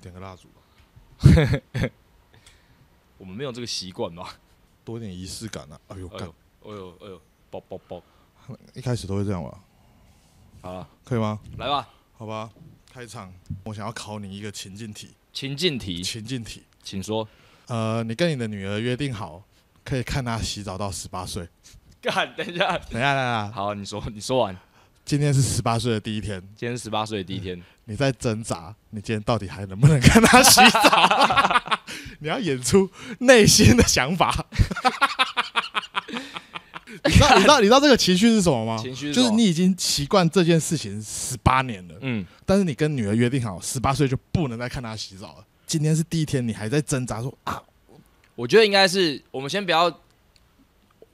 点个蜡烛，我们没有这个习惯吧？多一点仪式感啊！哎呦，哎干呦，哎呦，哎呦，爆爆爆！一开始都会这样吧？好了，可以吗？来吧，好吧，开场，我想要考你一个情境题。情境题，情境题，请说。呃，你跟你的女儿约定好，可以看她洗澡到十八岁。干，等一下，等一下，来来，好，你说，你说完。今天是十八岁的第一天，今天十八岁的第一天，你在挣扎，你今天到底还能不能看她洗澡？ 你要演出内心的想法。你知道，你知道，你知道这个情绪是什么吗？情绪是什就么是你已经习惯这件事情十八年了。嗯，但是你跟女儿约定好，十八岁就不能再看她洗澡了。今天是第一天，你还在挣扎说啊，我觉得应该是我们先不要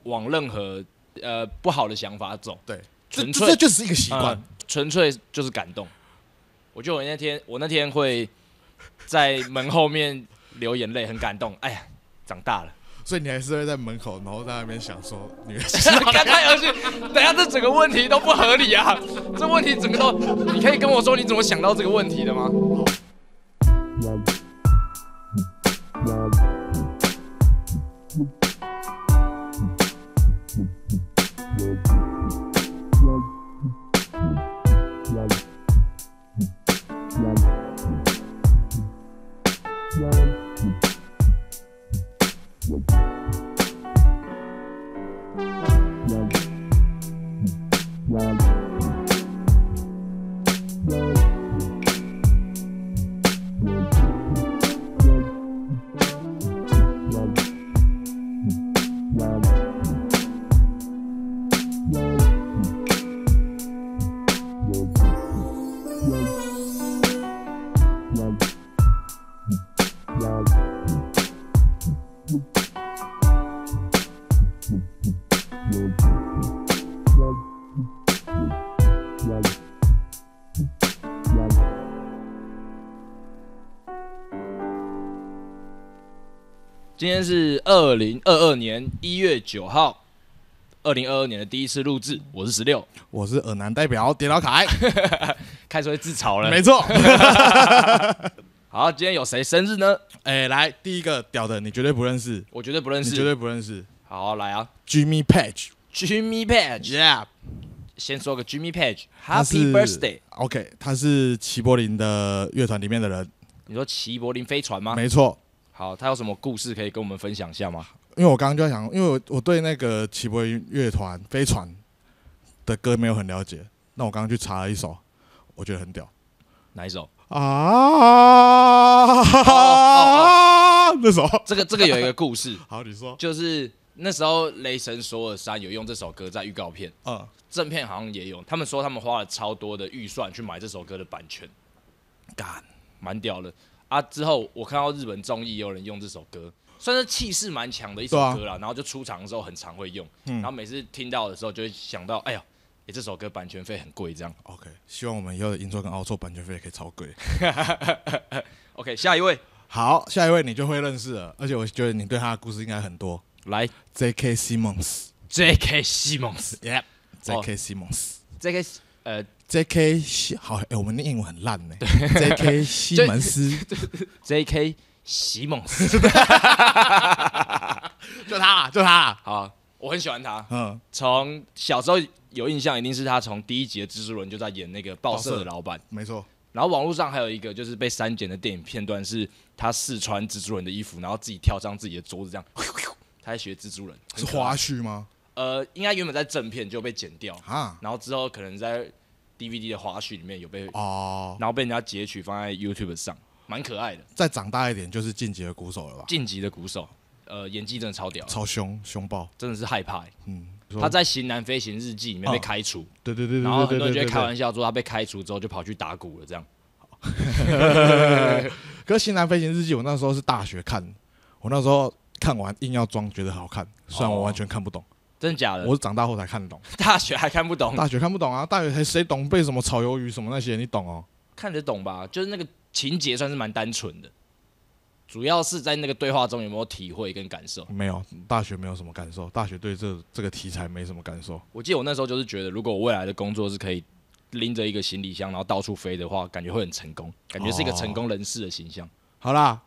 往任何呃不好的想法走，对，这纯这粹这就是一个习惯嗯，纯粹就是感动。我觉得我那天，我那天会在门后面流眼泪，很感动。哎呀，长大了，所以你还是会在门口，然后在那边想说女儿干太恶心！等一下这整个问题都不合理啊！这问题整个都，你可以跟我说你怎么想到这个问题的吗？今天是二零二二年一月九号，二零二二年的第一次录制，我是十六，我是尔南代表点老 凯， 开始会自嘲了。没 错。好，今天有谁生日呢？哎、来第一个屌的，你绝对不认识，我绝对不认你识。绝对不认识好，来啊 Jimmy Page，Yeah， ，Jimmy Page，先说个 Jimmy Page，Happy Birthday。 OK，他是齐柏林的乐团里面的人，你说齐柏林飞船吗？没错。好，他有什么故事可以跟我们分享一下吗？因为我刚刚就在想，因为我我对那个齐柏林乐团飞船的歌没有很了解，那我刚刚去查了一首，我觉得很屌哪一首？哦啊， 那首。这个这个有一个故事，好，你说，就是那时候雷神索尔三有用这首歌在预告片，嗯，正片好像也有。他们说他们花了超多的预算去买这首歌的版权，干，蛮屌的啊！之后我看到日本综艺也有人用这首歌，算是气势蛮强的一首对啊歌啦。然后就出场的时候很常会用，嗯然后每次听到的时候就会想到，哎呀，诶这首歌版权费很贵，这样。哦 OK，希望我们以后的音作跟澳洲版权费也可以超贵。 OK，下一位，好，下一位你就会认识了，而且我觉得你对他的故事应该很多。来 J.K. Simmons，Yep，J.K. J.K. 西蒙斯哦 Simmons。 ，J.K. 呃 J.K. 西好，哎、我们的英文很烂呢、J.K. 西门斯， ，J.K. 西蒙斯，就他啦，就他啦。 好，我很喜欢他。嗯，从小时候有印象，一定是他从第一集的蜘蛛人就在演那个报社的老板。没错，然后网络上还有一个就是被删减的电影片段，是他试穿蜘蛛人的衣服，然后自己跳上自己的桌子，这样，他在学蜘蛛人。是很可爱花絮吗？呃，应该原本在正片就被剪掉，啊，然后之后可能在 DVD 的花絮里面有被，哦，然后被人家截取放在 YouTube 上，蛮可爱的。再长大一点就是晋级的鼓手了吧？晋级的鼓手，呃，演技真的超屌，超凶，凶暴。真的是害怕欸、嗯，他在《型男飞行日记》里面被嗯开除，对对对对然后对对很多人对对就会开对。玩笑说他被开除之后就跑去打鼓了，这样。可是《新南飞行日记》，我那时候是大学看，我那时候看完硬要装觉得好看，虽然我完全看不懂，真的假的？我是长大后才看得懂。大学还看不懂，大学看不懂啊，大学还谁懂背什么炒鱿鱼什么那些，你懂哦？看得懂吧？就是那个情节算是蛮单纯的，主要是在那个对话中有没有体会跟感受。没有，大学没有什么感受，大学对这这个题材没什么感受。我记得我那时候就是觉得，如果我未来的工作是可以拎着一个行李箱，然后到处飞的话，感觉会很成功，感觉是一个成功人士的形象。好啦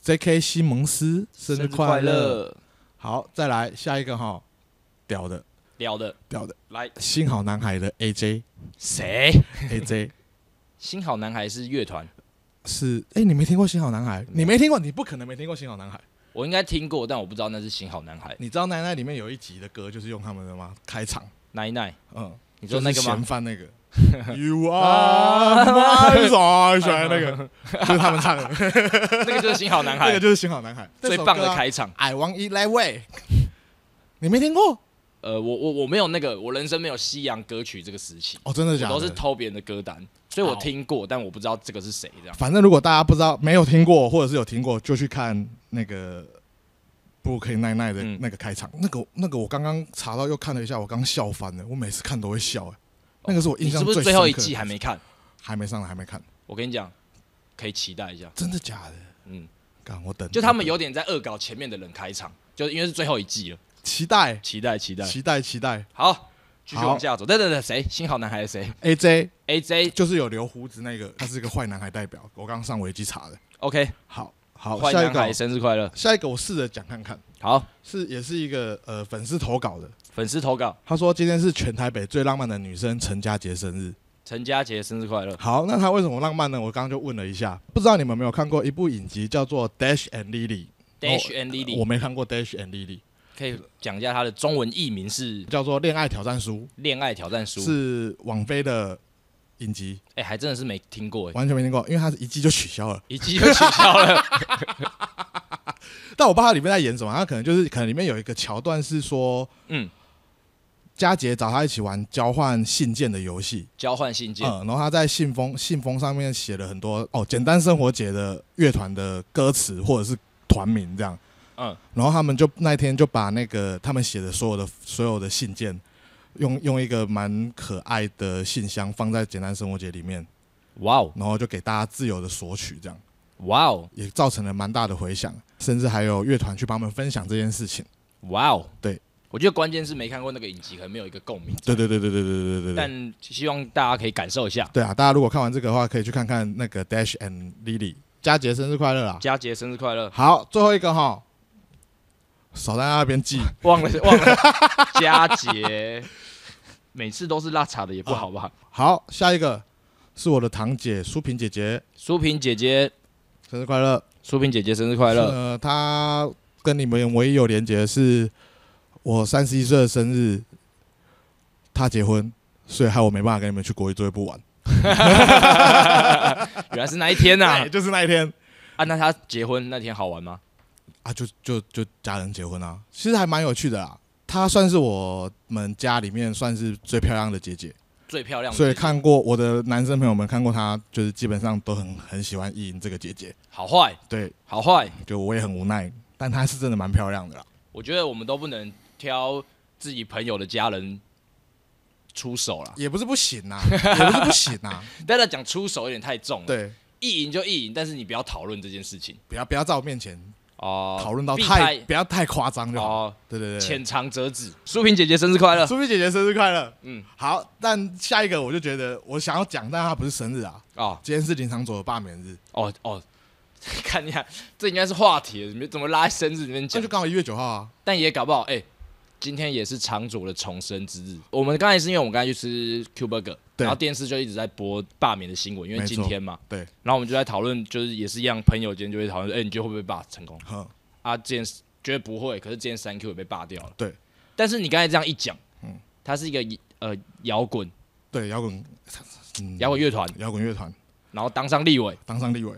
，J.K. 西蒙斯哦生日快乐！乐，好，再来下一个哈，屌的聊的屌的，来新好男孩的 A.J. 谁？ A.J. 新好男孩是乐团，是哎、你没听过新好男孩？你没听过，你不可能没听过新好男孩。我应该听过，但我不知道那是新好男孩。你知道奶奶里面有一集的歌就是用他们的吗？开场，奶奶，嗯，你说那个就是嫌吗？犯那个，You are my sunshine 那 个，就是他们唱的， 那个就是新好 男那个孩就是新好男孩最棒这的。首歌啊开场。 I want it that way，你没听过？呃，我我我没有那个，我人生没有西洋歌曲这个时期，哦，真的我假的？都是偷别人的歌单，所以我好听过，但我不知道这个是谁这样。反正如果大家不知道、没有听过，或者是有听过，就去看那个布鲁克林奈奈的嗯那个开场。那个那个，我刚刚查到又看了一下，我刚笑翻了。我每次看都会笑、哎那个是我印哦你象是不是最最后一深刻的季啊还没看？还没上来，还没看，我跟你讲，可以期待一下。真的假的？嗯，干，我等。就他们有点在恶搞前面的人开场，就是因为是最后一季了，期待，期待期待。期待，期待。好，继续好往下走。等等等，谁？新好男孩是谁 A J ？AJ 就是有留胡子那个，他是个坏男孩代表。我刚上维基查的。 OK，好，好，坏下一男个孩哦，生日快乐。下一个我试着讲看看，好，是也是一个呃粉丝投稿的。粉丝投稿，他说今天是全台北最浪漫的女生陈佳杰生日。陈佳杰生日快乐。好，那他为什么浪漫呢？我刚刚就问了一下，不知道你们有没有看过一部影集叫做《Dash and Lily》 Dash and Lily，我没看过《Dash and Lily》，可以讲一下他的中文译名是《叫做《恋爱挑战书恋爱挑战书》，》。是网飞的影集，哎，还真的是没听过哎，完全没听过，因为它是一季就取消了。一季就取 消了。但我不知道它里面在演什么，它可能就是可能里面有一个桥段是说嗯，佳杰找他一起玩交换信件的游戏，交换信件。嗯，然后他在信封信封上面写了很多哦，简单生活节的乐团的歌词或者是团名这样。嗯，然后他们就那天就把那个他们写的所有的所有的信件，用用一个蛮可爱的信箱放在简单生活节里面，哇哦，然后就给大家自由的索取，这样哇哦，也造成了蛮大的回响，甚至还有乐团去帮他们分享这件事情。哇哦。对，我觉得关键是没看过那个影集，可能没有一个共鸣。对对对对对对对对对。但希望大家可以感受一下。对啊，大家如果看完这个的话，可以去看看那个 Dash and Lily，佳杰生日快乐啦！啊佳杰生日 快乐！好，最后一个哈，少在那边记。忘了忘了，佳杰，每次都是拉碴的也不好吧？啊好，下一个是我的堂姐苏萍姐姐，苏萍姐姐，生日快乐！苏萍姐姐生日快乐！呃，她跟你们唯一有连结的是我三十一岁的生日，她结婚，所以害我没办法跟你们去国际作业部玩。 原来是那一天呐、对就是那一天啊！那她结婚那天好玩吗？啊，就就就家人结婚啊，其实还蛮有趣的啦。她算是我们家里面算是最漂亮的姐姐，最漂亮的姐所姐，以看过我的男生朋友们看过她，就是基本上都很很喜欢意淫这个姐姐。好坏对，好坏，就我也很无奈，但她是真的蛮漂亮的啦。我觉得我们都不能挑自己朋友的家人出手啦。也不是不行 啊，也不是不行啊。但他讲出手有点太重了，，对，意淫就意淫，但是你不要讨论这件事情不要不要在我面前哦，讨论到避太开不要太夸张就好。哦，对对对，浅尝辄止。苏萍姐姐生日快乐！苏菲姐姐生日快乐。嗯，好，但下一个我就觉得我想要讲，但它不是生日啊，哦今天是林长佐的罢免日，哦哦， 看一下，这应该是话题，你们怎么拉在生日里面这讲就？刚好一月九号啊。但也搞不好，哎、今天也是长佐的重生之日。我们刚才是因为我们刚才去吃 Q Burger，对然后电视就一直在播罢免的新闻，因为没错今天嘛，对然后我们就在讨论，就是也是一样，朋友间就会讨论，哎、你觉得会不会罢成功？哼，啊，这件事觉得不会，可是这件三 Q 也被罢掉了。对，但是你刚才这样一讲，嗯嗯，它是一个呃摇滚对，摇滚，嗯摇滚乐团，摇滚乐团然后当上立委，当上立委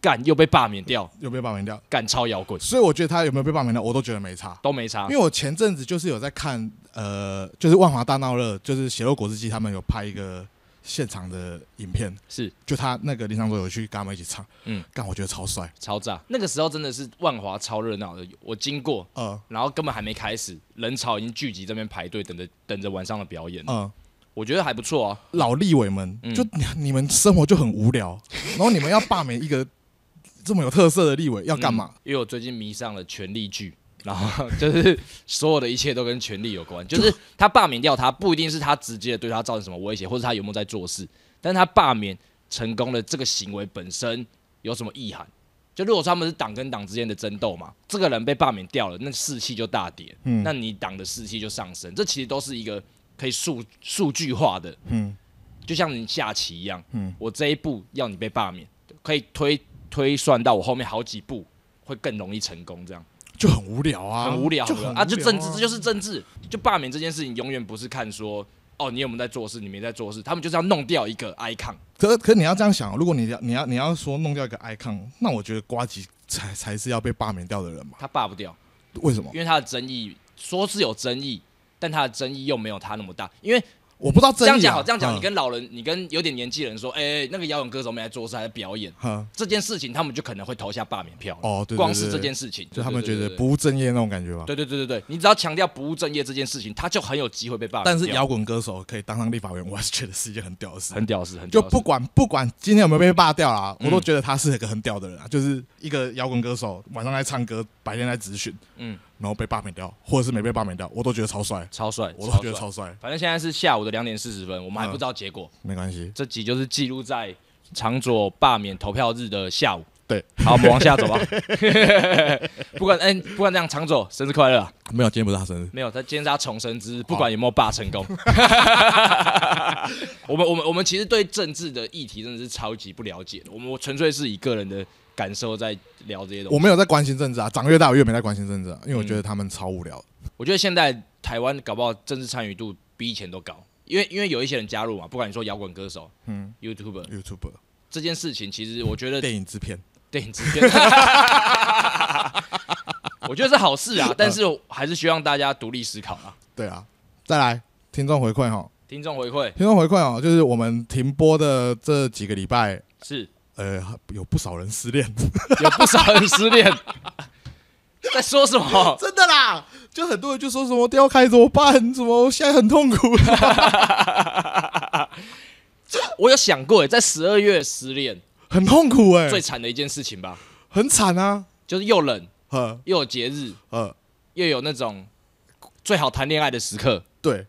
干又被罢免掉，又被罢免掉，干超摇滚所以我觉得他有没有被罢免掉，我都觉得没差。都没差因为。我前阵子就是有在看，呃，就是万华大闹热，就是血肉果汁机他们有拍一个现场的影片，是就他那个林长佐有去跟他们一起唱，嗯嗯，但我觉得超帅，超炸，那个时候真的是万华超热闹的。我经过，呃然后根本还没开始，人潮已经聚集这边排队，等着等着晚上的表演。呃，我觉得还不错啊，老立委们，嗯就你你们生活就很无聊，然后你 们要罢免一个这么有特色的立委要干嘛？嗯嗯因为我最近迷上了权力剧，然后 就是所有的一切都跟权力有 关，就是他罢免掉他，不一定是他直接的对他造成什么威胁，或者他有没有在做事，但是他罢免成功的这个行为本身有什么意涵？就如果说他们是党跟党之间的争斗嘛，这个人被罢免掉了，那士气就大跌，嗯那你党的士气就上升，这其实都是一个可以数数据化的，嗯就像你下棋一样，嗯我这一步要你被罢免，可以推推算到我后面好几步会更容易成功，这样就很无聊啊，很无聊就了很啊！就政治，这就是是政治，就罢免这件事情，永远不是看说哦你有没有在做事，你没在做事，他们就是要弄掉一个 icon。可可你要这样想，如果你要你要你要说弄掉一个 icon，那我觉得瓜吉才才是要被罢免掉的人嘛？他罢不掉，为什么？因为他的争议说是有争议，但他的争议又没有他那么大。因为我不知道这真、啊、样讲好，这样讲，嗯你跟老人，你跟有点年纪的人说，哎、那个摇滚歌手没来做事，还在表演，哈这件事情他们就可能会投下罢免票了。哦，对对对光是这件事情，就他们对觉对得对对不务正业那种感觉吧。对对对对对，你只要强调不务正业这件事情，他就很有机会被罢免但掉。是摇滚歌手可以当上立法委员，我还是觉得是一件很屌的事。很屌丝，很屌就丝不管不管今天有没有被罢掉啦，嗯我都觉得他是一个很屌的人啊，就是一个摇滚歌手，晚上在唱歌，白天在咨询，嗯然后被罢免掉，或者是没被罢免掉，我都觉得超帅，超帅，我都觉得帅超。帅，反正现在是下午的两点四十分，我们嗯还不知道结果。没关系，这集就是记录在长左罢免投票日的下午。对，好，我们往下走吧。 不管哎、不管这样，长左生日快乐、啊！没有，今天不是他生日，没有，他今天是他重生之日，不管有没有罢成功。 我们我们我们其实对政治的议题真的是超级不了解的，我们我纯粹是以个人的感受在聊这些东西。我没有在关心政治啊，长越大我越没在关心政治啊，因为我嗯觉得他们超无聊，我觉得现在台湾搞不好政治参与度比以前都高，因为因为有一些人加入嘛，不管你说摇滚歌手、嗯 YouTuber ，YouTube 这件事情，其实我觉得电影制片，电影制 片，我觉得是好事啊，但是我还是希望大家独立思考啊。对啊，再来听众回馈哈，听众回馈听众回馈哦，就是我们停播的这几个礼拜，是呃，有不少人失恋，有不少人失恋， 在说什么？真的啦，就很多人就说什么掉开怎么办？怎么现在很痛苦？ 我有想过耶，在十二月失恋很痛苦哎、最惨的一件事情吧，很惨啊，就是又冷呃又有节日，呃，又有那种最好谈恋爱的时刻对，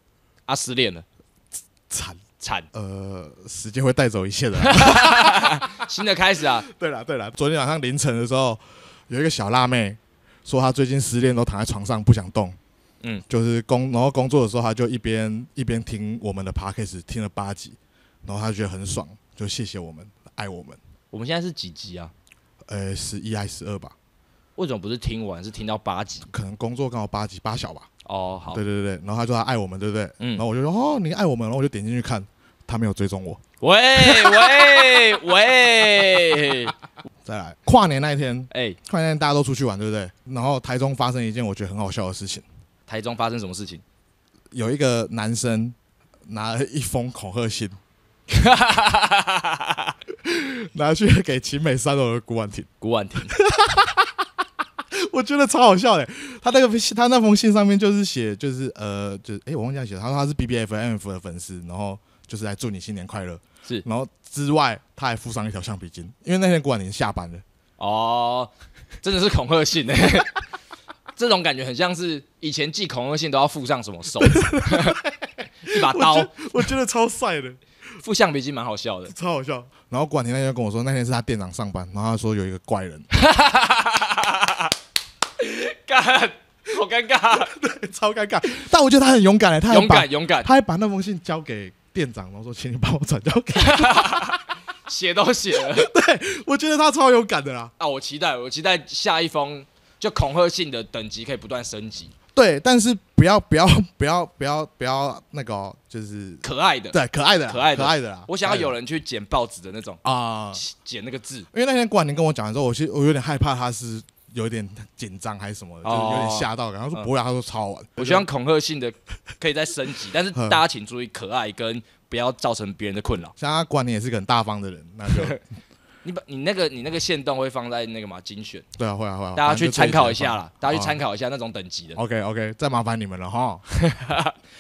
啊，失恋了，惨，惨。呃，时间会带走一切的啦。啊新的开始啊，对啦对啦，昨天晚上凌晨的时候，有一个小辣妹说她最近失恋，都躺在床上不想动。嗯嗯，就是工，然后工作的时候，她就一边一边听我们的 podcast，听了八集，然后她觉得很爽，就谢谢我们，爱我们。我们现在是几集啊？呃，十一还十二吧，为什么不是听完，是听到八集？可能工作刚好八集八小吧。哦，好对，对对，对然后他说他爱我们，对不对？嗯然后我就说哦，你爱我们，然后我就点进去看，他没有追踪我。喂喂喂，再来，跨年那一天，哎、跨年那天大家都出去玩，对不对？然后台中发生一件我觉得很好笑的事情，台中发生什么事 情？有一个男生拿了一封恐吓信， 拿去给秦美三楼的古婉婷，古婉婷， 我觉得超好笑的。欸他那个信他那封信上面就是写，就是呃，就是哎，我忘记他写了，他说他是 B B F M F 的粉丝，然后就是来祝你新年快乐。是然后之外，他还附上一条橡皮筋，因为那天古婉婷下班了。哦，真的是恐吓信哎、 这种感觉很像是以前寄恐吓信都要附上什么 手指，一把我刀觉， 我觉得超帅的，附橡皮筋蛮好笑的。超好笑。然后管田那天就跟我说，那天是他店长上班，然后他说有一个怪人， 干，好尴尬，超尴尬。但我觉得他很勇敢嘞，欸他还勇把敢勇敢，他还把那封信交给店长，然后说请你帮我转交给。写都写了。我觉得他超勇敢的啦。啊，我期待，我期待下一封就恐吓性的等级可以不断升级，对，但是不要不要 不要不要不要那个哦、就是可爱的。对可爱的啦可爱的可爱的啦。我想要有人人去剪报纸的那种，啊、剪那个字，因为那天管田跟我讲的时候，我其实我有点害怕他是。有点紧张还是什么的，就是有点吓到感。然后说不会啊，他说超好玩。哦嗯我希望恐吓性的可以再升级，但是嗯大家请注意可爱跟不要造成别人的困扰。像他管你也是个很大方的人，那 就你把你那个你那个线动会放在那个嘛精选，对啊，会啊会啊，大家去参考一下了。啦，大家去参考一下那种等级的， OK OK，再麻烦你们了 哈，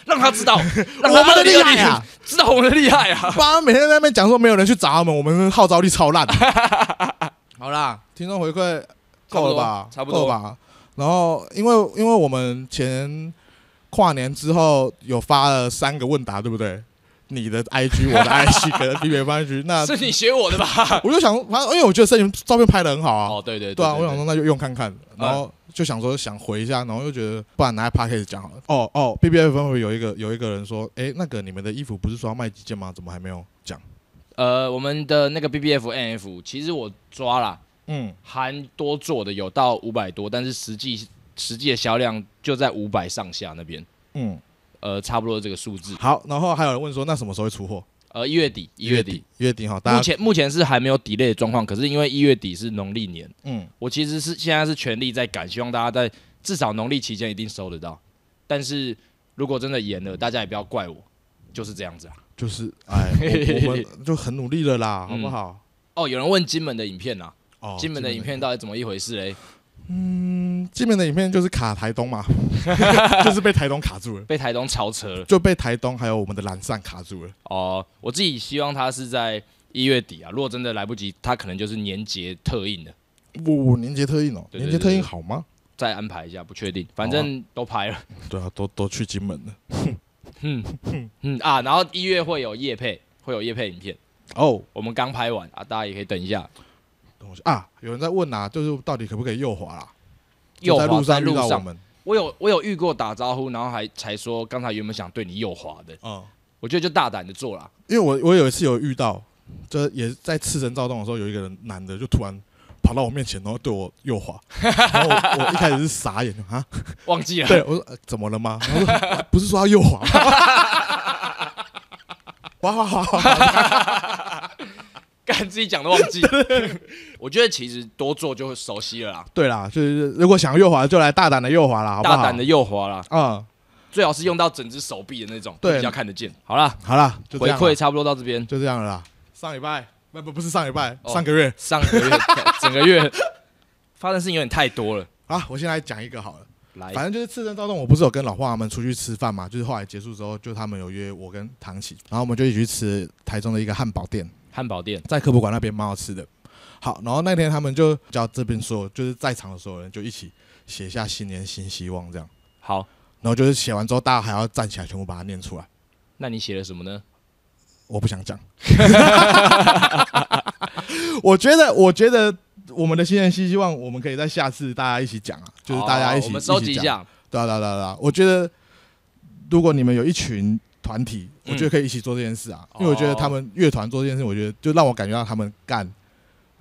让他知 道，让我们他的厉害2020啊知道我们的厉害啊！不然每天在那边讲说没有人去找他们，我们号召力超烂。好啦，听众回馈够了吧？差不多够了吧？然后因为因为我们前跨年之后有发了三个问答，对不对？你的 IG，我的 IG 跟 B B 方 IG，那 是你学我的吧？我就想，反正因为我觉得摄影照片拍的很好啊，哦，对对对啊，对嗯我想说那就用看看，然后就想说想回一下，然后又觉得不然拿来 p a c k a 讲好了。哦哦，B B F 方有一个有一个人说，哎，那个你们的衣服不是说要卖几件吗？怎么还没有讲？呃，我们的那个 B B F N F，其实我抓啦，嗯，含多做的有到五百多，但是实际实际的销量就在五百上下那边，嗯，呃，差不多这个数字。好，然后还有人问说，那什么时候会出货？呃，一月底，一月底，，一月底哈，大目家前目前是还没有 delay 的状况，可是因为一月底是农历年，嗯，我其实是现在是全力在赶，希望大家在至少农历期间一定收得到。但是如果真的延了，大家也不要怪我，就是这样子啊。就是哎，我我 们就很努力了啦，好不好？哦，有人问金门的影片啊，哦，金门的影片到底怎么一回事嘞？嗯，金门的影片就是卡台东 嘛，就是被台东卡住了，被台东超车了。就被台东还有我们的蓝山卡住了。哦，我自己希望他是在一月底啊，如果真的来不及，他可能就是年节特映的，我年节特映哦，对对年节特映好吗？再安排一下，不确定，反正都拍了。对啊，都都去金门了。嗯啊，然后一月会有夜配，会有夜配影片，哦，我们刚拍完啊，大家也可以等一下。东西啊，有人在问啊，就是到底可不可以右滑啦？右就在滑路上路遇到我上，们，我有我有遇过打招呼，然后还才说刚才原本想对你右滑的， 嗯，我觉得就大胆的做啦。因为我我有一次有遇到，就是也在赤城躁动的时候，有一个人男的就突然跑到我面前，然后对我右滑，然后我我一开始是傻眼啊，忘记了，对我说、呃怎么了吗？ 然后说、啊不是说要右滑吗？ 滑滑滑滑滑， 干自己讲都忘记。我觉得其实多做就会熟悉了啦，对啦，就是如果想要右滑就来大胆的右滑啦，好不好？大胆的右滑啦，啊、最好是用到整只手臂的那种，对比较看得见。好啦，嗯，好啦，就这回样啦馈差不多到这边。就这样了啦。上礼拜不不不是上礼拜，哦上个月上个 月整个月发生的事情有点太多了。啊，我先来讲一个好了。来，反正就是次生躁动，我不是有跟老华他们出去吃饭嘛，就是后来结束之后，就他们有约我跟唐琪，然后我们就一起去吃台中的一个汉堡店，汉堡店在科博馆那边蛮好吃的。好，然后那天他们就叫这边所有，就是在场的所有人就一起写下新年新希望这样，好，然后就是写完之后，大家还要站起来全部把它念出来。那你写了什么呢？我不想讲， 我觉得，我觉得我们的新年新希望，我们可以在下次大家一起讲啊，就是大家一好起哦我们收集一一起讲下。对啊，对啊，对啊对啊，我觉得如果你们有一群团体，嗯我觉得可以一起做这件事啊，哦因为我觉得他们乐团做这件事，我觉得就让我感觉到他们干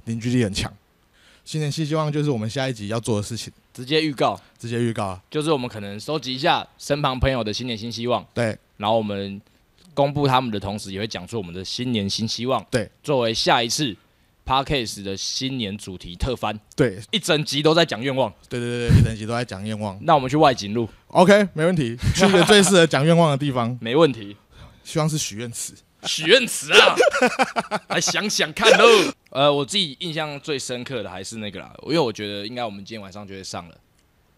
凝聚力很强。新年新希望就是我们下一集要做的事情，直接预告，直接预告啊。就是我们可能收集一下身旁朋友的新年新希望，对，然后我们公布他们的同时，也会讲出我们的新年新希望，对，作为下一次 podcast 的新年主题特番，对，一整集都在讲愿望。对，对，对，一整集都在讲愿望。 那我们去外景路， OK，没问题，去一个最适合讲愿望的地方， 没问题。希望是许愿池。许愿池啊， 来想想看喽。呃，我自己印象最深刻的还是那个啦，因为我觉得应该我们今天晚上就会上了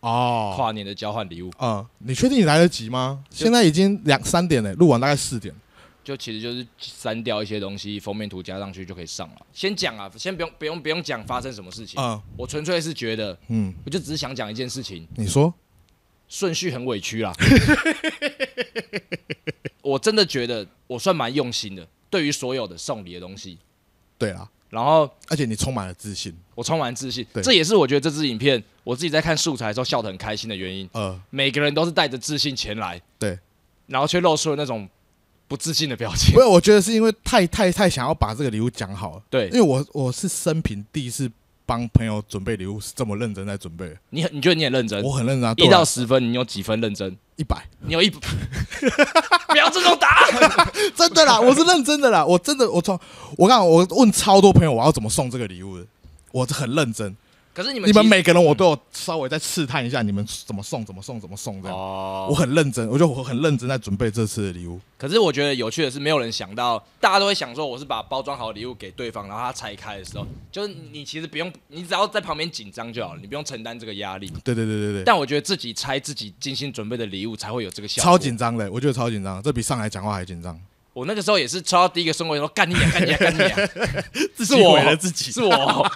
哦，跨年的交换礼物，嗯，你确定你来得及吗？现在已经两三点了，录完大概四点。就其实就是删掉一些东西，封面图加上去就可以上了。先讲啊，先不用不用不用讲发生什么事情，嗯我纯粹是觉得，嗯，我就只是想讲一件事情，你说顺序很委屈啦。我真的觉得我算蛮用心的，对于所有的送礼的东西，对啦，然后而且你充满了自信。我充满自信，对这也是我觉得这支影片我自己在看素材的时候笑得很开心的原因。呃，每个人都是带着自信前来，对，然后却露出了那种不自信的表情不。是，我觉得是因为太太太想要把这个礼物讲好了。对因为我我是生平第一次帮朋友准备礼物是这么认真在准备的，你很，你觉得你很认真？我很认真啊，对呃一我来到十分，你有几分认真？一百，你有一， 不要这种答案。真的啦，我 是认真的啦，我真的我从我看我问超多朋友我要怎么送这个礼物的，我很认真，可是你们你们其实每个人我都有稍微再试探一下你们怎么送怎么送怎么送这样，我哦，很认真，我就我很认真在准备这次的礼物，可是我觉得有趣的是，没有人想到，大家都会想说我是把包装好的礼物给对方，然后他拆开的时候，就是你其实不用，你只要在旁边紧张就好了，你不用承担这个压力。对对对对对。但我觉得自己拆自己精心准备的礼物才会有这个效果。超紧张的，我觉得超紧张，这比上海讲话还紧张。我那个时候也是抽到第一个顺位，说干你啊娘，干你娘，干 你娘，自是己我毁了自己，是我。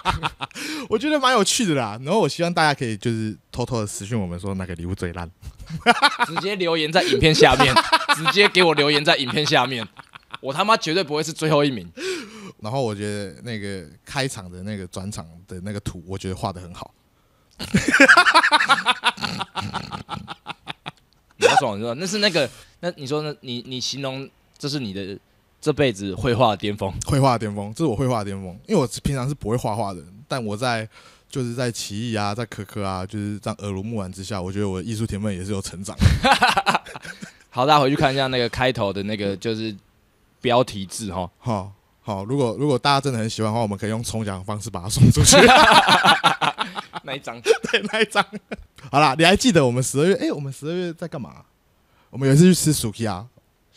我觉得蛮有趣的啦。然后我希望大家可以就是偷偷的私讯我们说哪个礼物最烂。 直接留言在影片下面，直接给我留言在影片下面，我他妈绝对不会是最后一名。然后我觉得那个开场的那个转场的那个图，我觉得画的很好。你要说，你说那是那个，那你说呢？你你形容这是你的这辈子绘画的巅峰，绘画巅峰，这是我绘画巅峰，因为我平常是不会画画的，但我在就是在奇艺啊，在可可啊，就是这样耳濡目染之下，我觉得我的艺术天分也是有成长的。好，大家回去看一下那个开头的那个就是标题字哈。好好，如果如果大家真的很喜欢的话，我们可以用抽奖的方式把它送出去。 那一 张对，那一张。好啦，你还记得我们十二月？哎、我们十二月在干嘛？我们有一次去吃 Suki 啊，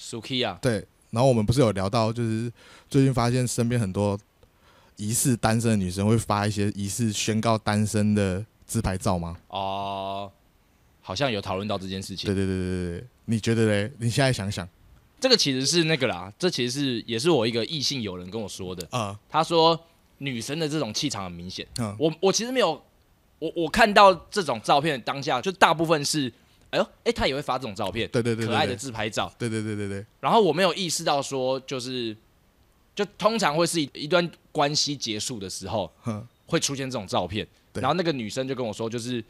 Suki 啊，对，然后我们不是有聊到，就是最近发现身边很多疑似单身的女生会发一些疑似宣告单身的自拍照吗？哦、好像有讨论到这件事情对。对对对对对，你觉得嘞？你现在想想，这个其实是那个啦，这其实是也是我一个异性友人跟我说的。啊、他说女生的这种气场很明显。嗯我我其实没有，我我看到这种照片的当下，就大部分是，哎呦，哎、他也会发这种照片，对对对对对可爱的自拍照。对对对对对，然后我没有意识到说，就是就通常会是一一段关系结束的时候哼，会出现这种照片。对然后那个女生就跟我说，就是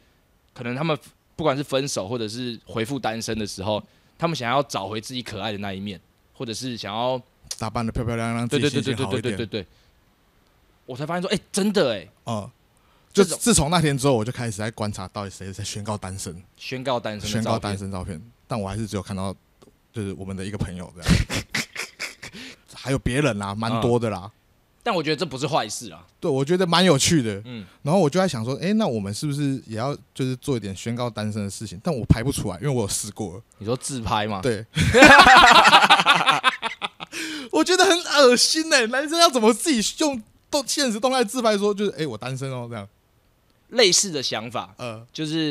可能他们不管是分手或者是回复单身的时候，他们想要找回自己可爱的那一面，或者是想要打扮的漂漂亮亮，自对己对心对对情对好对一对对点，对，我才发现说，哎、真的哎、嗯。就这种自从那天之后，我就开始在观察到底谁在宣告单身，宣告单身，宣告单，身照片，但我还是只有看到就是我们的一个朋友这样，还有别人啦、蛮多的啦。但我觉得这不是坏事啊。对，我觉得蛮有趣的。嗯，然后我就在想说，哎、那我们是不是也要就是做一点宣告单身的事情？但我排不出来，因为我有试过了。你说自拍吗？对， 我觉得很恶心哎、男生要怎么自己用动现实动态自拍说，就是哎、诶我单身哦这样。类似的想法，呃就是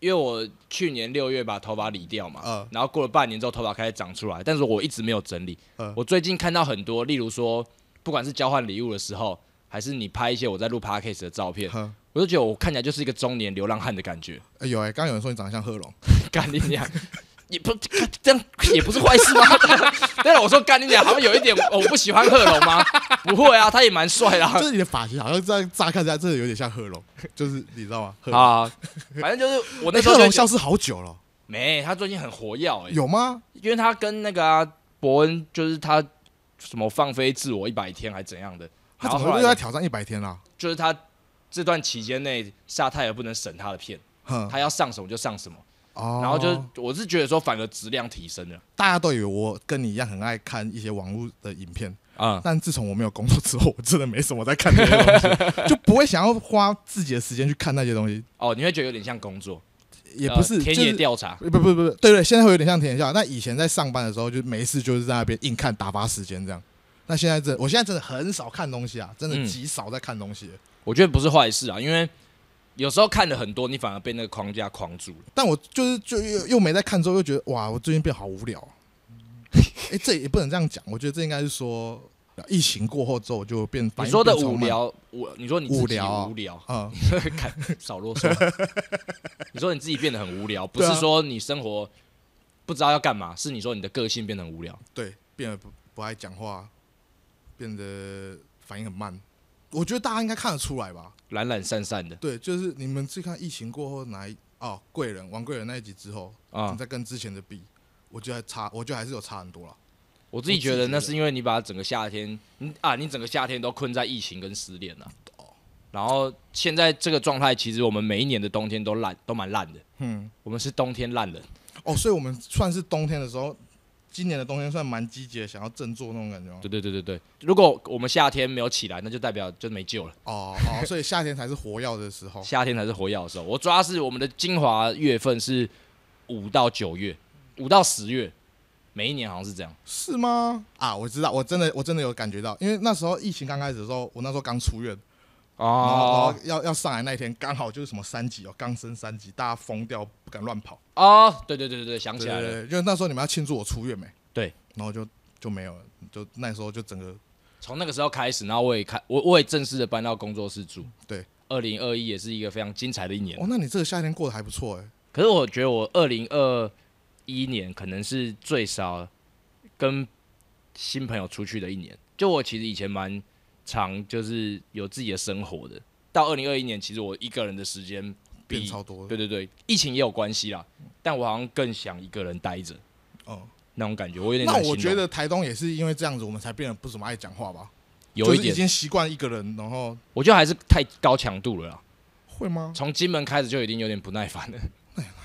因为我去年六月把头发理掉嘛，嗯然后过了半年之后头发开始长出来，但是我一直没有整理。嗯我最近看到很多，例如说，不管是交换礼物的时候，还是你拍一些我在录 podcast 的照片，呵，我就觉得我看起来就是一个中年流浪汉的感觉。 哎有哎、刚刚有人说你长得像贺龙，干你娘！也不这样也不是坏事吗？ 但是我说干你娘，好像有一点我不喜欢贺龙吗？不会啊，他也蛮帅的 啊、就是你的发型好像这样乍看起来真的有点像贺龙，就是你知道吗？贺龙，啊，反正就是我那哎时候贺龙就觉得消失好久了，没，他最近很活跃、欸，有吗？因为他跟那个啊伯恩，就是他什么放飞自我一百天还怎样的，他然怎后么后又在来挑战一百天啦、就是他这段期间内沙泰尔不能审他的片，哼，他要上什么就上什么，哦，然后就是我是觉得说反而质量提升了大家都以为我跟你一样很爱看一些网络的影片，啊、但自从我没有工作之后，我真的没什么在看这些东西，就不会想要花自己的时间去看那些东西，哦，你会觉得有点像工作，也哦不是、呃就田是野调查，不不不不，对对，现在会有点像田野调查。那以前在上班的时候，就没事就是在那边硬看打发时间这样。那现在真的，我现在真的很少看东西啊，真的嗯极少在看东西。啊我觉得不是坏事啊，因为有时候看了很多，你反而被那个框架框住了。但我就是就又又没在看之后，又觉得哇，我最近变好无 聊。哎、这也不能这样讲，我觉得这应该是说疫情过后之后，我就变你说的无，反应变超慢聊，我你说你自己无聊啊无聊，嗯， 看少啰嗦。你说你自己变得很无聊，不对是啊说你生活不知道要干嘛，是你说你的个性变得很无聊。对，变得不不爱讲话，变得反应很慢。我觉得大家应该看得出来吧？懒懒散散的对，就是你们去看疫情过后哪一哦，贵人王贵人那一集之后，啊、你再跟之前的比，我觉得还差，我觉得还是有差很多了。我自己觉我自己觉得得那是因为你把整个夏天，你啊，你整个夏天都困在疫情跟失恋了、啊然后现在这个状态，其实我们每一年的冬天都烂，都蛮烂的。嗯，我们是冬天烂人，哦，所以我们算是冬天的时候，今年的冬天算蛮积极的，想要振作那种感觉吗？对对对对对。如果我们夏天没有起来，那就代表就没救了。。哦哦，所以夏天才是活药的时候夏天才是火药的时候。我抓是我们的精华月份是五到九月，五到十月，每一年好像是这样。是吗？啊，我知道，我真的我真的有感觉到，因为那时候疫情刚开始的时候，我那时候刚出院，然后然哦后要要上来那一天，刚好就是什么三级哦，刚升三级，大家疯掉，不敢乱跑。哦，对对对对对，想对起来对了，对，因为那时候你们要庆祝我出院没？对，然后就就没有了，就那时候就整个从那个时候开始，然后我也开我我也正式的搬到工作室住。对，二零二一也是一个非常精彩的一年。哦，那你这个夏天过得还不错哎、可是我觉得我二零二一年可能是最少跟新朋友出去的一年。就我其实以前蛮常就是有自己的生活的，到二零二一年，其实我一个人的时间变比超多了。对对对，疫情也有关系啦，但我好像更想一个人待着哦，那种感觉，我有点那难形我容觉得台东也是因为这样子，我们才变得不怎么爱讲话吧？有就一是已点，经习惯一个人，然后我觉得还是太高强度了啦。会吗？从金门开始就已经有点不耐烦了。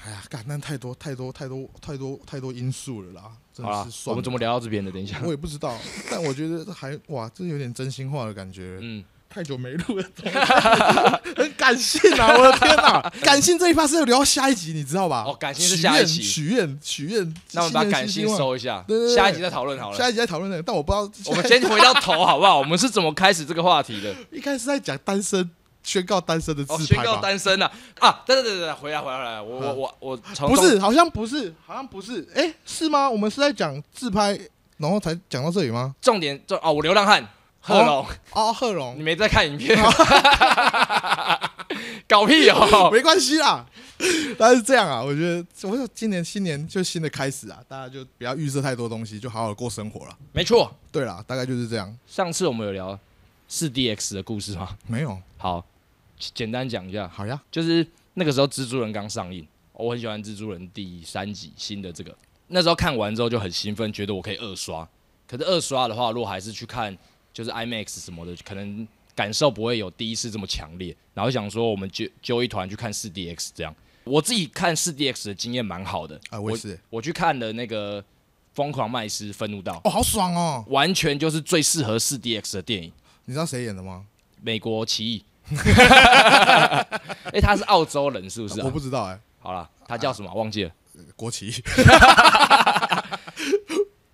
哎呀，干，那太多太多太多太多太多因素了啦，真好的啦是，算了。我们怎么聊到这边的？等一下我，也不知道，但我觉得还哇，这有点真心话的感觉。嗯，太久没录了，怎么很感性啊！ 我的天哪、感性这一趴是要聊到下一集，你知道吧？哦感性是下一集许愿，许愿，许愿。那我们把新年感新性希望，收一下对对，对下一集再讨论好了。下一集再讨论那个。但我不知道，我们先回到头好不好？我们是怎么开始这个话题 的？一开始在讲单身，宣告单身的哦，自宣拍告吧？单身了啊！对对对对，回来回来回来，我我嗯我我从不是，好像不是，好像不是。哎、是吗？我们是在讲自拍，然后才讲到这里吗？重点重哦，我流浪汉贺龙，哦，贺龙你，没在看影片， 搞屁哦！没关系啦。 但是这样啊，我觉得，我说今年新年就新的开始啊，大家就不要预设太多东西，就好好地过生活了。没错，对啦，大概就是这样。上次我们有聊四 DX 的故事吗？没有，好，简单讲一下，好呀，就是那个时候蜘蛛人刚上映，我很喜欢蜘蛛人第三集新的这个，那时候看完之后就很兴奋，觉得我可以二刷。可是二刷的话，如果还是去看就是 IMAX 什么的，可能感受不会有第一次这么强烈。然后想说我们揪揪一团去看四 DX 这样，我自己看四 DX 的经验蛮好的，啊，我也是。我去看的那个《疯狂麦斯》愤怒到，哦，好爽哦！完全就是最适合四 DX 的电影。你知道谁演的吗？美国奇异， 哎、他是澳洲人是不是、啊？我不知道哎、好了，他叫什么？忘记了。国旗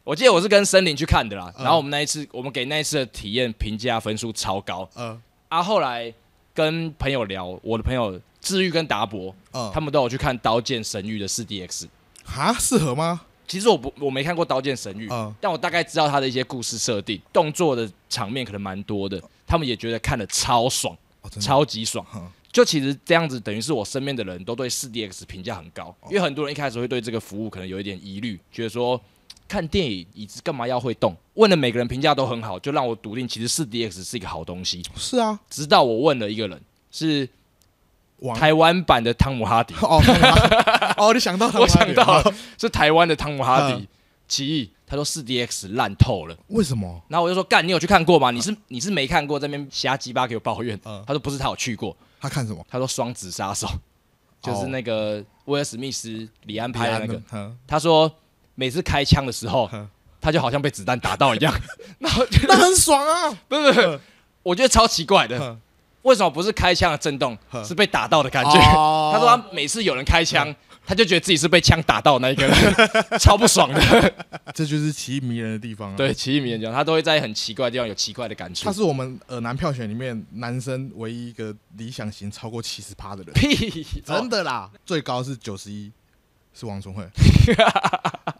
我记得我是跟森林去看的啦，嗯然后我们那一次，我们给那一次的体验评价分数超高呃啊。后来跟朋友聊，我的朋友治愈跟达博，呃，他们都有去看《刀剑神域》的四 DX。哈适合吗？其实我不我没看过《刀剑神域》嗯但我大概知道它的一些故事设定，动作的场面可能蛮多的。他们也觉得看的超爽，哦，嗯真的超级爽嗯。就其实这样子，等于是我身边的人都对四 DX 评价很高，哦因为很多人一开始会对这个服务可能有一点疑虑，觉得说看电影椅子干嘛要会动？问了每个人评价都很好，就让我笃定其实四 DX 是一个好东西。是啊，直到我问了一个人，是王台湾版的汤姆哈迪， 哦汤姆 哈哦，你想到汤姆我哈想迪到了了是台湾的汤姆哈迪嗯奇异，他说四 DX 烂透了。 为什么？然后我就说：“干，你有去看过吗？你是你是没看过，在那边瞎鸡巴给我抱怨。嗯他说：“不是，他有去过。他看什么？”他说：“双子杀手就是那个威尔史密斯、李安拍的那个。嗯，”他说：“每次开枪的时候嗯，他就好像被子弹打到一样。 那很爽啊！ 不是不是， 我觉得超奇怪的嗯，为什么不是开枪的震动，嗯是被打到的感觉？”哦他说：“他每次有人开枪，他就觉得自己是被枪打到的那一 个人，超不爽的。”这就是奇异迷人的地方啊。，对，奇异名人讲，他都会在很奇怪的地方有奇怪的感触他。是我们呃男票选里面男生唯一一个理想型超过七十趴 的人，屁，真的啦，最高是九十一，是王 春慧，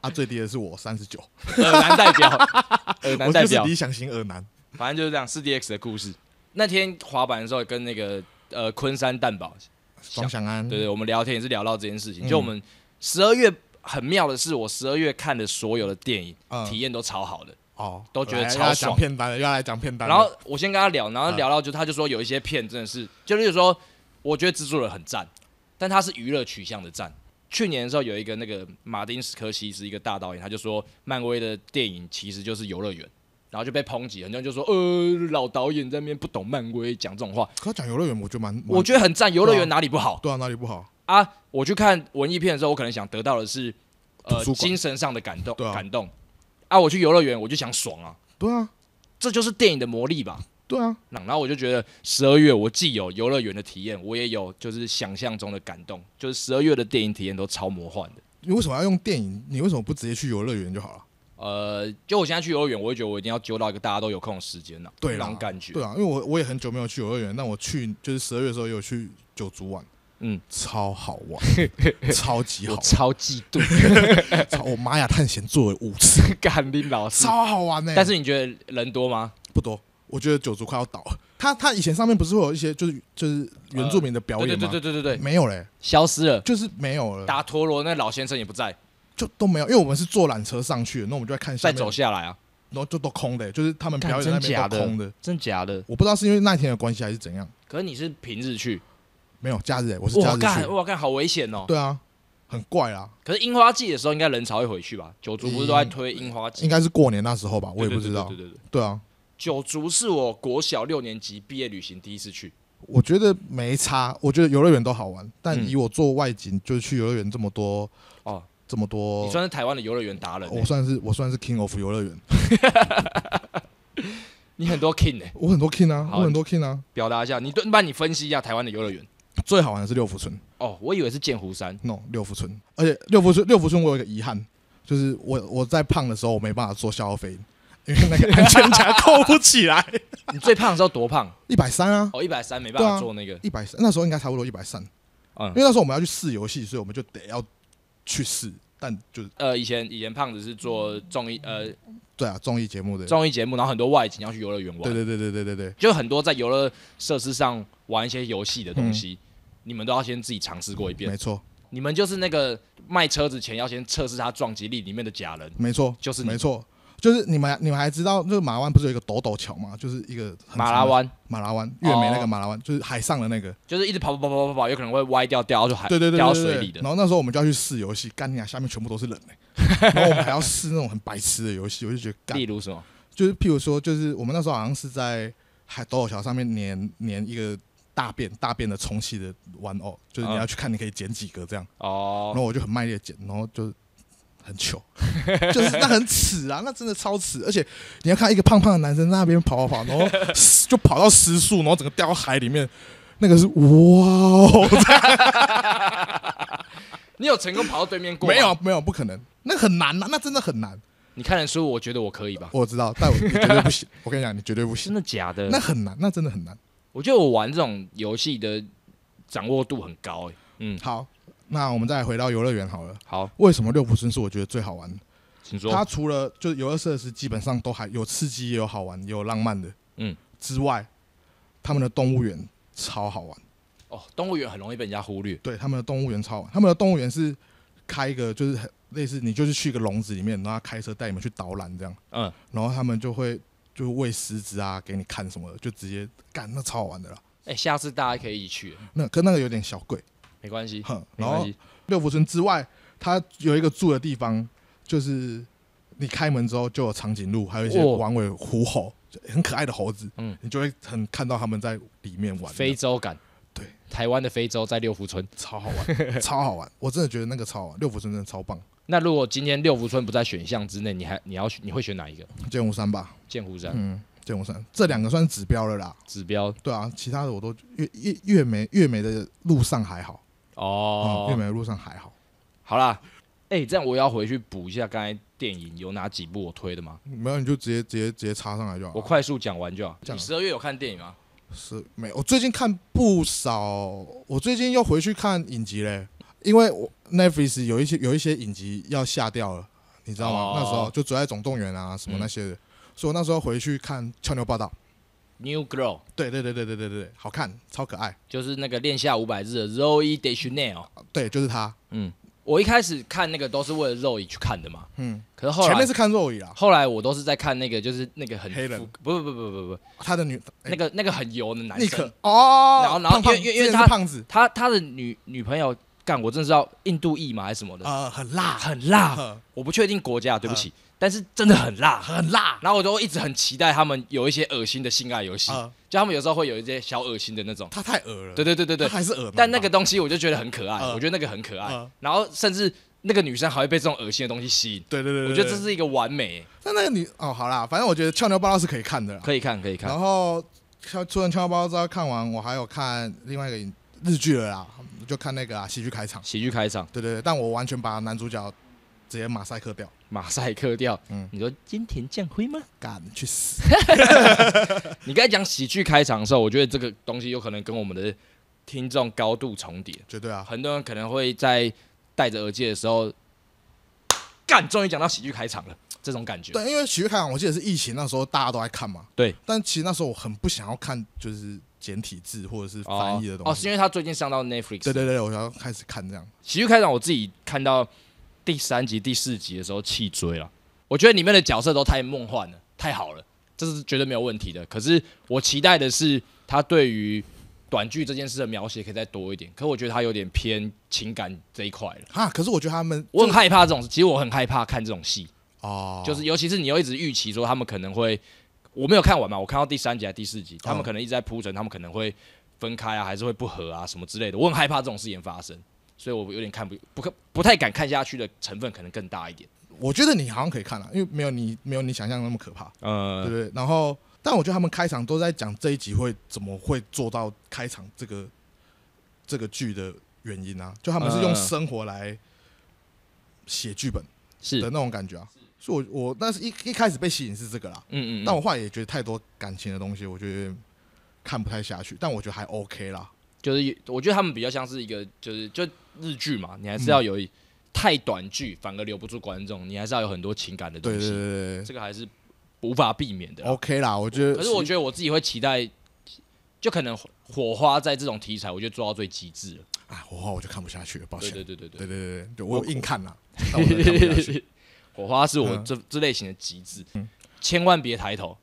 啊，最低的是我三十九，耳男代 表，耳男我代就是表，理想型二男。反正就是这样。四 D X 的故事，那天滑板的时候跟那个呃昆山蛋堡，双翔安，对对，我们聊天也是聊到这件事情。嗯就我们十二月很妙的是，我十二月看的所有的电影、嗯体验都超好的。哦，都觉得来超又要爽讲片单了，又要来讲片单了。然后我先跟他聊，啊然后聊到就他就说有一些片真的是，就是说我觉得蜘蛛人很赞，但他是娱乐取向的赞。去年的时候有一个那个马丁斯科西是一个大导演，他就说漫威的电影其实就是游乐园，然后就被抨击，很多人就说呃老导演在那边不懂漫威讲这种话，可讲游乐园，我觉得蛮，蛮我觉得很赞，游乐园哪里不好对啊，哪里不好？啊？我去看文艺片的时候，我可能想得到的是图呃书馆精神上的感动对啊感动啊，我去游乐园我就想爽啊，对啊，这就是电影的魔力吧。对啊，然后我就觉得十二月我既有游乐园的体验，我也有就是想象中的感动，就是十二月的电影体验都超魔幻的。你为什么要用电影？你为什么不直接去游乐园就好了？呃，就我现在去游乐园，我会觉得我一定要揪到一个大家都有空的时间了、对啦那种感觉。对啊，因为我我也很久没有去游乐园，但我去就是十二月的时候也有去九族玩，嗯，超好 玩，超级好我玩，超嫉妒，超我玛雅探险做了五 次，甘霖老师。超好玩呢、欸但是你觉得人多吗？不多，我觉得九族快要倒了。他他以前上面不是会有一些就是就是原住民的表对演对吗？对对对对对，没有嘞，消失了。就是没有了，打陀螺那老先生也不在，就都没有，因为我们是坐缆车上去的，那我们就在看下再面，走下来啊？然后就都空的、就是他们干表演那真假边都的空的。真假的？我不知道是因为那一天的关系还是怎样，可是你是平日去，没有假日、欸，我是假哇日干去，哇干，好危险哦！对啊，很怪啊啦，可是樱花季的时候，应该人潮会回去吧？九族不是都在推樱花季？应该是过年那时候吧，我也对不知道对，对对对对对啊，九族是我国小六年级毕业旅行第一次去，我觉得没差，我觉得游乐园都好玩，但嗯以我做外景，就是去游乐园这么多哦，这么多，你算是台湾的游乐园达人欸、我算是我算是 king of 游乐园，你很多 king 哎、我很多 king 啊，好我很多 king 啊，表达一下，你对，帮你分析一下台湾的游乐园。最好玩的是六福村哦，我以为是剑湖山， ，no 六福村，而且六福村六福村我有一个遗憾，就是我我在胖的时候我没办法做消费，因为那个 安全夹扣不起来，你最胖的时候多胖？一百三啊，哦，一百三没办法对啊做那个，一百三，那时候应该差不多一百三，因嗯，为那时候我们要去试游戏，所以我们就得要去试，但就是呃，以前以前胖子是做综艺呃对啊，综艺节目的，综艺节目，然后很多外景要去游乐园玩，对对对对对对对，就很多在游乐设施上玩一些游戏的东西，你们都要先自己尝试过一嗯遍没。错你们就是那个卖车子前要先测试它撞击力里面的假人没错，就是你没错。就是你们，你们还知道，就是马拉湾不是有一个斗斗桥吗？就是一个很啊马长拉的湾，马拉湾，月美那哦个马拉湾，就是海上的那个，就是一直跑跑跑跑跑跑，有可能会歪掉掉到海对对对掉到对对水对里的然。后那时候我们就要去试游戏，干你啊，下面全部都是人 欸然后我们还要试那种很白痴的游戏，我就觉得干例，如什么？就是譬如说，就是我们那时候好像是在海斗斗桥上面粘粘一个大便大便的充气的玩偶，就是你嗯要去看你可以捡几个这样。然哦，后我就很卖力的捡，然后就很糗，就是那很耻啊，那真的超耻。而且你要看一个胖胖的男生在那边跑跑跑，然后就跑到失速，然后整个掉到海里面，那个是哇哦，你有成功跑到对面过？没有，没有不可能，哦那很难呐、啊，那真的很难。你看得出我觉得我可以吧？我知道，但我你绝对不行，我跟你讲，你绝对不真行，的假的？那很难，那真的很难。我觉得我玩这种游戏的掌握度很高诶、嗯，好，那我们再回到游乐园好了。好，为什么六福村是我觉得最好玩的？请说。它除了就是游乐设施，基本上都还有刺激，也有好玩，也有浪漫的，嗯嗯，之外，他们的动物园超好玩，哦，动物园很容易被人家忽略。对，他们的动物园超好玩，他们的动物园是开一个就是很类似，你就是去一个笼子里面，然后他开车带你们去导览这样，嗯，然后他们就会就喂狮子啊，给你看什么的，就直接干，那超好玩的啦。哎、下次大家可以一起去，那跟那个有点小贵，没关系，哼，没然关后系。六福村之外，它有一个住的地方，就是你开门之后就有长颈鹿，还有一些哦玩尾狐猴，就很可爱的猴子，嗯嗯，你就会很看到他们在里面玩，非洲感，对，台湾的非洲在六福村。超好玩，超好玩，我真的觉得那个超好玩，六福村真的超棒，那如果今天六福村不在选项之内，你还你要选你会选哪一个？剑湖山吧，剑湖山、嗯，剑湖山这两个算是指标了啦，指标对啊，其他的我都月月月美月美的路上还好，哦哦，、月美的路上还好，好啦，哎、这样我要回去补一下刚才电影有哪几部我推的吗？没有你就直接直接直接插上来就好我了。快速讲完就好。这样啊你十二月有看电影吗？是没，我最近看不少，我最近又回去看影集嘞，因为我 Netflix 有一些有一些影集要下掉了，你知道吗？哦那时候就《最爱总动员》啊什么那些的，所以我那时候回去看《俏妞报道》， New Girl 对对对对对对对，好看，超可爱，就是那个恋下五百日的 Zoe Deschanel。嗯对，就是他，我一开始看那个都是为了肉 o 去看的嘛，嗯，可是后前来面是看肉语啦，后来我都是在看那个就是那个很黑人哎复不不不不不不，他的女那个那个很油的男尼生克，哦，然后然胖后胖因为因为之前他是胖子他他的女女朋友干，我真的知道印度裔嘛还是什么的，呃很辣，很辣，呃我不确定国家，对嗯不起，但是真的很辣，很辣。然后我都一直很期待他们有一些恶心的性爱游戏，呃，就他们有时候会有一些小恶心的那种，他太恶了，对对对对对嗯他。还是恶，但那个东西我就觉得很可爱，嗯我觉得那个很可爱嗯，然后甚至那个女生还会被这种恶心的东西吸引，对对对，对我觉得这，是一个完美，但那个女哦好啦，反正我觉得《俏妞报道》是可以看的啦。可以看可以看。然后敲除了《敲包之后看完，我还有看另外一个影日剧了啦，就看那个啦，喜剧开场。喜剧开场，对对对，但我完全把男主角直接马赛克掉，马赛克掉。嗯你说金田将辉吗？ 干去死！你刚才讲喜剧开场的时候，我觉得这个东西有可能跟我们的听众高度重叠，绝对啊，很多人可能会在戴着耳机的时候，干，终于讲到喜剧开场了，这种感觉。对，因为喜剧开场，我记得是疫情那时候大家都在看嘛。对。但其实那时候我很不想要看，就是简体字或者是哦翻译的东哦，是西。因为他最近上到 Netflix。对对对，我想要开始看这样。喜剧开场，我自己看到第三集、第四集的时候气追了。我觉得里面的角色都太梦幻了，太好了，这是绝对没有问题的。可是我期待的是他对于短剧这件事的描写可以再多一点。可我觉得他有点偏情感这一块了。哈，可是我觉得他们我很害怕这种，其实我很害怕看这种戏，哦，就是尤其是你又一直预期说他们可能会，我没有看完嘛，我看到第三集还是第四集，嗯他们可能一直在铺陈，他们可能会分开啊，还是会不和啊什么之类的，我很害怕这种事情发生，所以我有点看不不可不太敢看下去的成分可能更大一点。我觉得你好像可以看了，啊因为没有你没有你想象那么可怕，对呃不，对？然后，但我觉得他们开场都在讲这一集会怎么会做到开场这个这个剧的原因啊，就他们是嗯用嗯生活来写剧本是，的那种感觉啊。所以我我那是一一开始被吸引是这个啦，嗯嗯，但我后来也觉得太多感情的东西，我觉得有点看不太下去。但我觉得还 OK 啦，就是我觉得他们比较像是一个就是就日剧嘛，你还嗯是要有一、太短剧反而留不住观众，你还是要有很多情感的东对西，对对对这个还是无法避免的啦。对，OK 啦。我觉得，可是我觉得我自己会期待，就可能火花在这种题材，我就做到最极致了。得啊，我我就看不下去了，抱对歉。对对对对哦啊对对对对，就我有硬看啦，但我 真的看不下去。火花是我嗯这、这类型的极致，千万别抬头，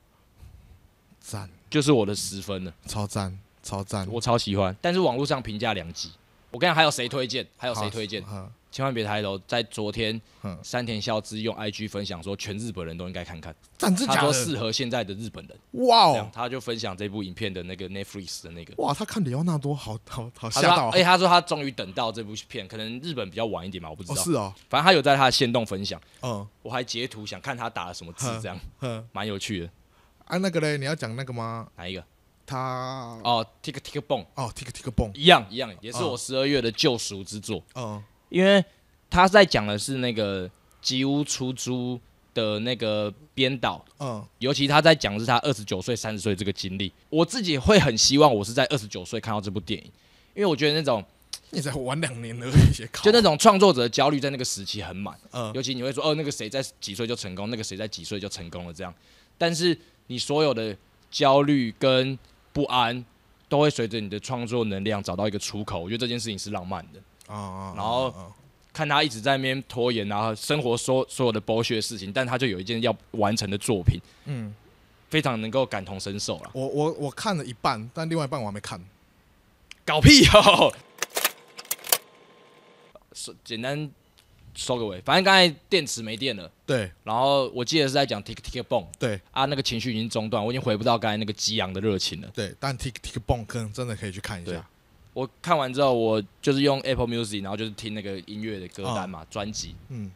赞，就是我的十分了，超赞，超赞。我超喜欢。但是网络上评价两极，我跟你讲还有谁推荐？还有谁好推荐？嗯千万别抬头，在昨天嗯，山田孝之用 IG 分享说，全日本人都应该看看，赞真他假说的？适合现在的日本人，哇这样哦，他就分享这部影片的那个 Netflix 的那个。哇，他看里奥纳多，好 好好他吓说到他，啊而且！他说他终于等到这部片，可能日本比较晚一点嘛，我不知哦，道。是哦，反正他有在他的线动分享，嗯我还截图想看他打了什么字，这样嗯，蛮有趣的。啊，那个嘞，你要讲那个吗？哪一个？他哦，Tick Tick Boom，哦，tick tick boom，一样一样，也是我十二月的救赎之作，嗯，因为他在讲的是那个吉屋出租的那个编导。嗯尤其他在讲的是他二十九岁、三十岁这个经历，我自己会很希望我是在二十九岁看到这部电影，因为我觉得那种你才玩两年而已，也靠就那种创作者的焦虑在那个时期很满，嗯尤其你会说哦，那个谁在几岁就成功，那个谁在几岁就成功了这样，但是你所有的焦虑跟不安都会随着你的创作能量找到一个出口，我觉得这件事情是浪漫的。啊啊，然后啊啊看他一直在那边拖延，然后生活所所有的剥削事情，但他就有一件要完成的作品，嗯。非常能够感同身受了。我我我看了一半，但另外一半我还没看。搞屁哦！是简单收个尾，反正刚才电池没电了，对然后我记得是在讲 tick tick bomb 对啊，那个情绪已经中断，我已经回不到刚才那个激昂的热情了。对，但嗯 Tick Tick Boom 可能真的可以去看一对下。我看完之后，我就是用 Apple Music，然后就是听那个音乐的歌单嘛，专辑。嗯，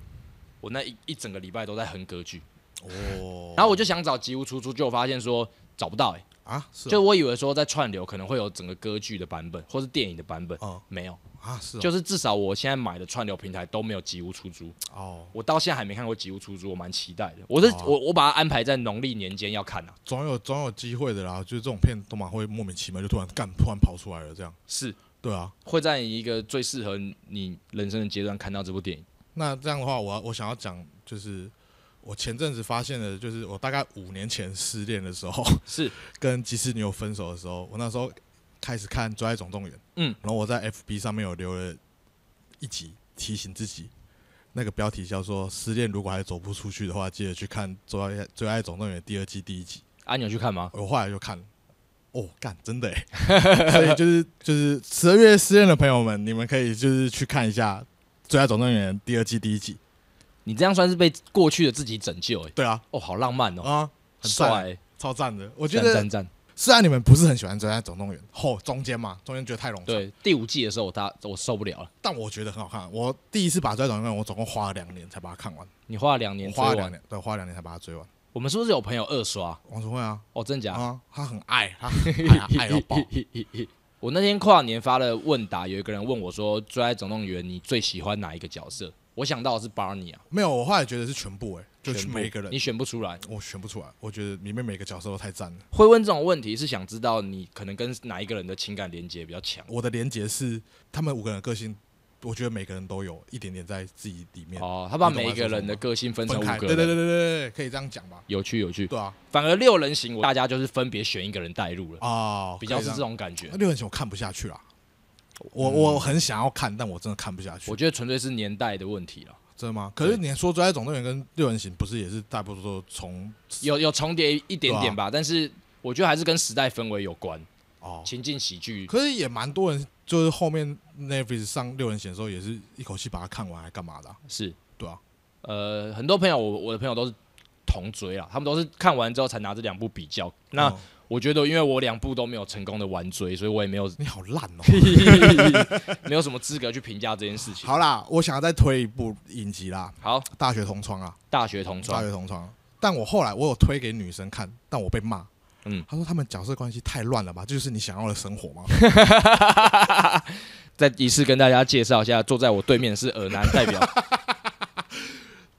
我那一一整个礼拜都在哼歌剧，哦，然后我就想找吉屋出租，就发现说找不到、欸，啊，是就哦我以为说在串流可能会有整个歌剧的版本或是电影的版本，哦没有，啊，是哦就是至少我现在买的串流平台都没有吉屋出租。哦，我到现在还没看过《吉屋出租》，我蛮期待的。我是、哦我我把它安排在农历年间要看啊，总有总有机会的啦。就是这种片都蛮会莫名其妙就突然干，突然跑出来了这样。是对啊，会在一个最适合你人生的阶段看到这部电影。那这样的话，我要我想要讲就是。我前阵子发现的，就是我大概五年前失恋的时候， 是跟即使女友分手的时候，我那时候开始看《追爱总动员》，嗯，然后我在 FB 上面有留了一集提醒自己，那个标题叫做“失恋如果还走不出去的话，记得去看《追爱追爱总动员》第二季第一集啊，你有去看”。吗？我后来就看了，哦，干，真的哎，所以就是就是十二月失恋的朋友们，你们可以就是去看一下《追爱总动员》第二季第一集。你这样算是被过去的自己拯救哎、对啊，哦，好浪漫哦，啊，很帅、帅，欸，超赞的。我觉赞得赞赞。虽然你们不是很喜欢《追爱总动员》，后中间嘛，中间觉得太冗长。对，第五季的时候我大我受不了了，但我觉得很好看。我第一次把《追转看，我总共花了两年才把它 看完，你花了两年我追花了两完。啊年，对，花了两年才把它追完。我们是不是有朋友二刷？王崇慧啊，哦，真假？啊，他很爱，他很爱，他爱到 爆。我那天跨年发了问答，有一个人问我说，《追爱总动员》你最喜欢哪一个角色？我想到的是 Barney 啊，没有，我后来觉得是全部哎、就是全部每一个人你，选不出来。我选不出来，我觉得里面每个角色都太赞了。会问这种问题是想知道你可能跟哪一个人的情感连接比较强我的连结是他们五个人的个性，我觉得每个人都有一点点在自己里面哦，他把你懂我每一个在说人什的么个性分成分五个开。人，对对对对对对，可以这样讲吧？有趣有趣。对啊，反而六人行，我大家就是分别选一个人带入了，哦，比较是这种。种感觉。六人行我看不下去啦，我我很想要看，但我真的看不下去我。觉得纯粹是年代的问题了，真的吗？可是你说《最爱总动员》跟六人行不是也是大部分都从有有重叠一点点啊吧，但是我觉得还是跟时代氛围有关，哦，情境喜剧。可是也蛮多人就是后面 Netflix 上六人行的时候也是一口气把它看完，还干嘛的啊、是，对啊，呃，很多朋友，我我的朋友都是同追啦，他们都是看完之后才拿这两部比较。那哦我觉得，因为我两部都没有成功的完追，所以我也没有 你好烂哦。没有什么资格去评价这件事情。好啦，我想要再推一部影集啦，好， 《大学同窗》啊，大学同《大窗，学同窗》。但我后来我有推给女生看，但我被骂。嗯嗯，他说他们角色关系太乱了吧？这就是你想要的生活吗？ 再一次跟大家介绍一下，坐在我对面的是尔南代表，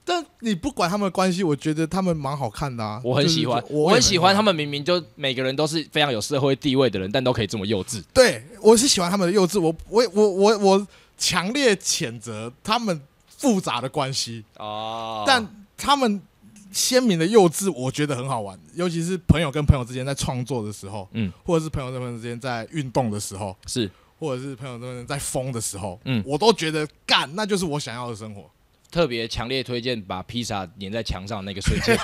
但你不管他们的关系，我觉得他们蛮好看的啊。我很 就是喜欢，我我很喜欢他们。们，明明就每个人都是非常有社会地位的人，但都可以这么幼稚。对，我是喜欢他们的幼稚。我我我我我强烈谴责他们复杂的关系，哦但他们鲜明的幼稚，我觉得很好玩。尤其是朋友跟朋友之间在创作的时候，嗯嗯，或者是朋友跟朋友之间在运动的时候，是或者是朋友真的在疯的时候，嗯嗯，我都觉得干，那就是我想要的生活。特别强烈推荐把披萨粘在墙上的那个瞬 间，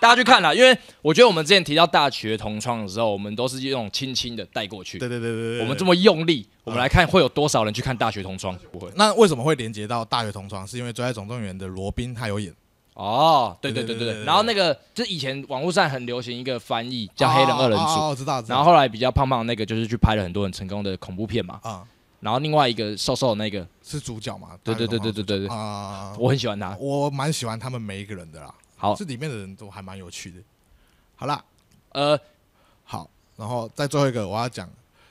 大家去看啦，因为我觉得我们之前提到大学同窗的时候，我们都是用轻轻的带过去。对对对对对，我们这么么用力，我们来看会有多少人去看大学同窗？不会那为什么会连接到大学同窗？是因为《追爱总动员》的罗宾他有演哦，对对对对对对对对。对然后那个就是以前网络上很流行一个翻译叫黑人二人哦哦组，哦我知道，知道然后后来比较胖胖的那个就是去拍了很多很成功的恐怖片嘛，啊、然后另外一个瘦瘦的那个，是主角嘛？对对对对对对大学同对窗，啊、我很喜欢他。我蛮喜欢他们每一个人的啦。好，这里面的人都还蛮有趣的。好啦，呃，好，然后再最后一个我要讲，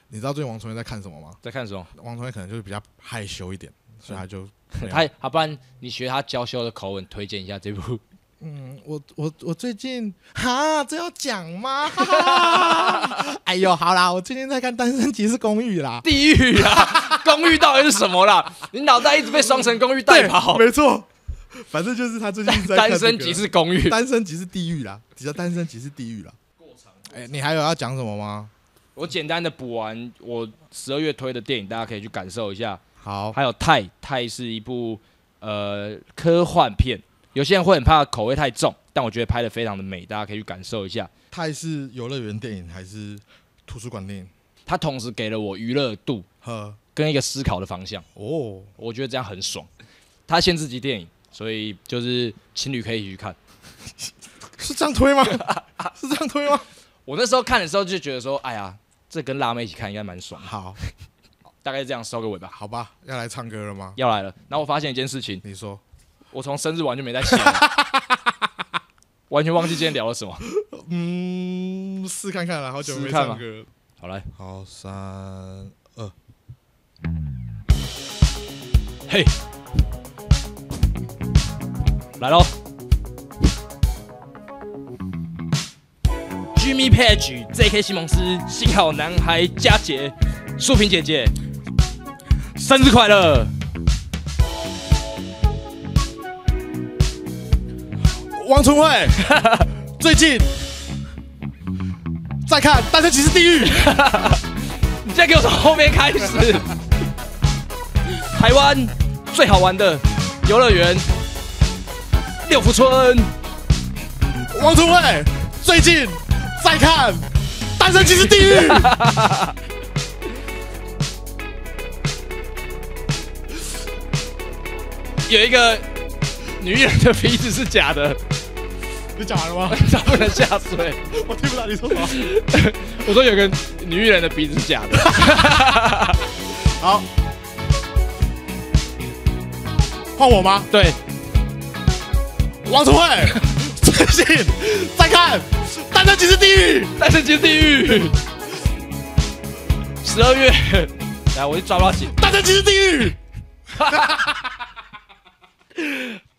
你知道最近王重源在看什么吗？在看什么？王重源可能就是比较害羞一点，所以他就没有他好，不然你学他娇羞的口吻推荐一下这部。嗯，我我我最近哈，这要讲吗？ 哈哈哈哎呦，好啦，我最近在看《单身即是公寓》啦。地狱啦， 公寓到底是什么啦？你脑袋一直被双层公寓带跑。没错，反正就是他最近在看、单身即，是公 寓，单身即是地狱啦，比较单身即是地狱啦。哎、你还有要讲什么吗？我简单的补完我十二月推的电影，大家可以去感受一下。好，还有泰泰是一部呃科幻片，有些人会很怕口味太重，但我觉得拍的非常的美，大家可以去感受一下。泰是游乐园电影还是图书馆电影？它同时给了我娱乐度呵，跟一个思考的方向，哦，我觉得这样很爽。它限制级电影，所以就是情侣可以一起去看。是这样推 吗？是这样推吗？我那时候看的时候就觉得说，哎呀，这跟辣妹一起看应该蛮爽的，好，大概这样收个尾吧。好吧，要来唱歌了吗？要来了，然后我发现一件事情，你说，我从生日完就没在写了完全忘记今天聊了什么。嗯，试看看啦，好久试没看吧唱歌了。好来，好，三二，嘿，来喽。Jimmy Page、J.K. 西蒙斯、幸好男孩、佳杰、素萍姐姐，生日快乐！王春慧，最近再看《单身即是地狱》，你再给我从后面开始。台湾最好玩的游乐园，六福村。王春慧最近再看《单身即是地 狱》有一个女人的鼻子是假的，你讲完了吗？她不能下水。我听不到你说什么。 我说有个女艺人的鼻子是假的，好，换我吗？对，王春慧最近再看《单身即是地狱》。但是进地狱。十 二月，来，我就抓不到紧。大家其实地狱。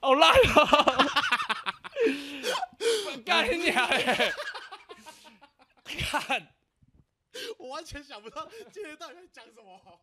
好烂啊！ 干你娘欸 嘞！看。我完全想不到今天到底在讲什么。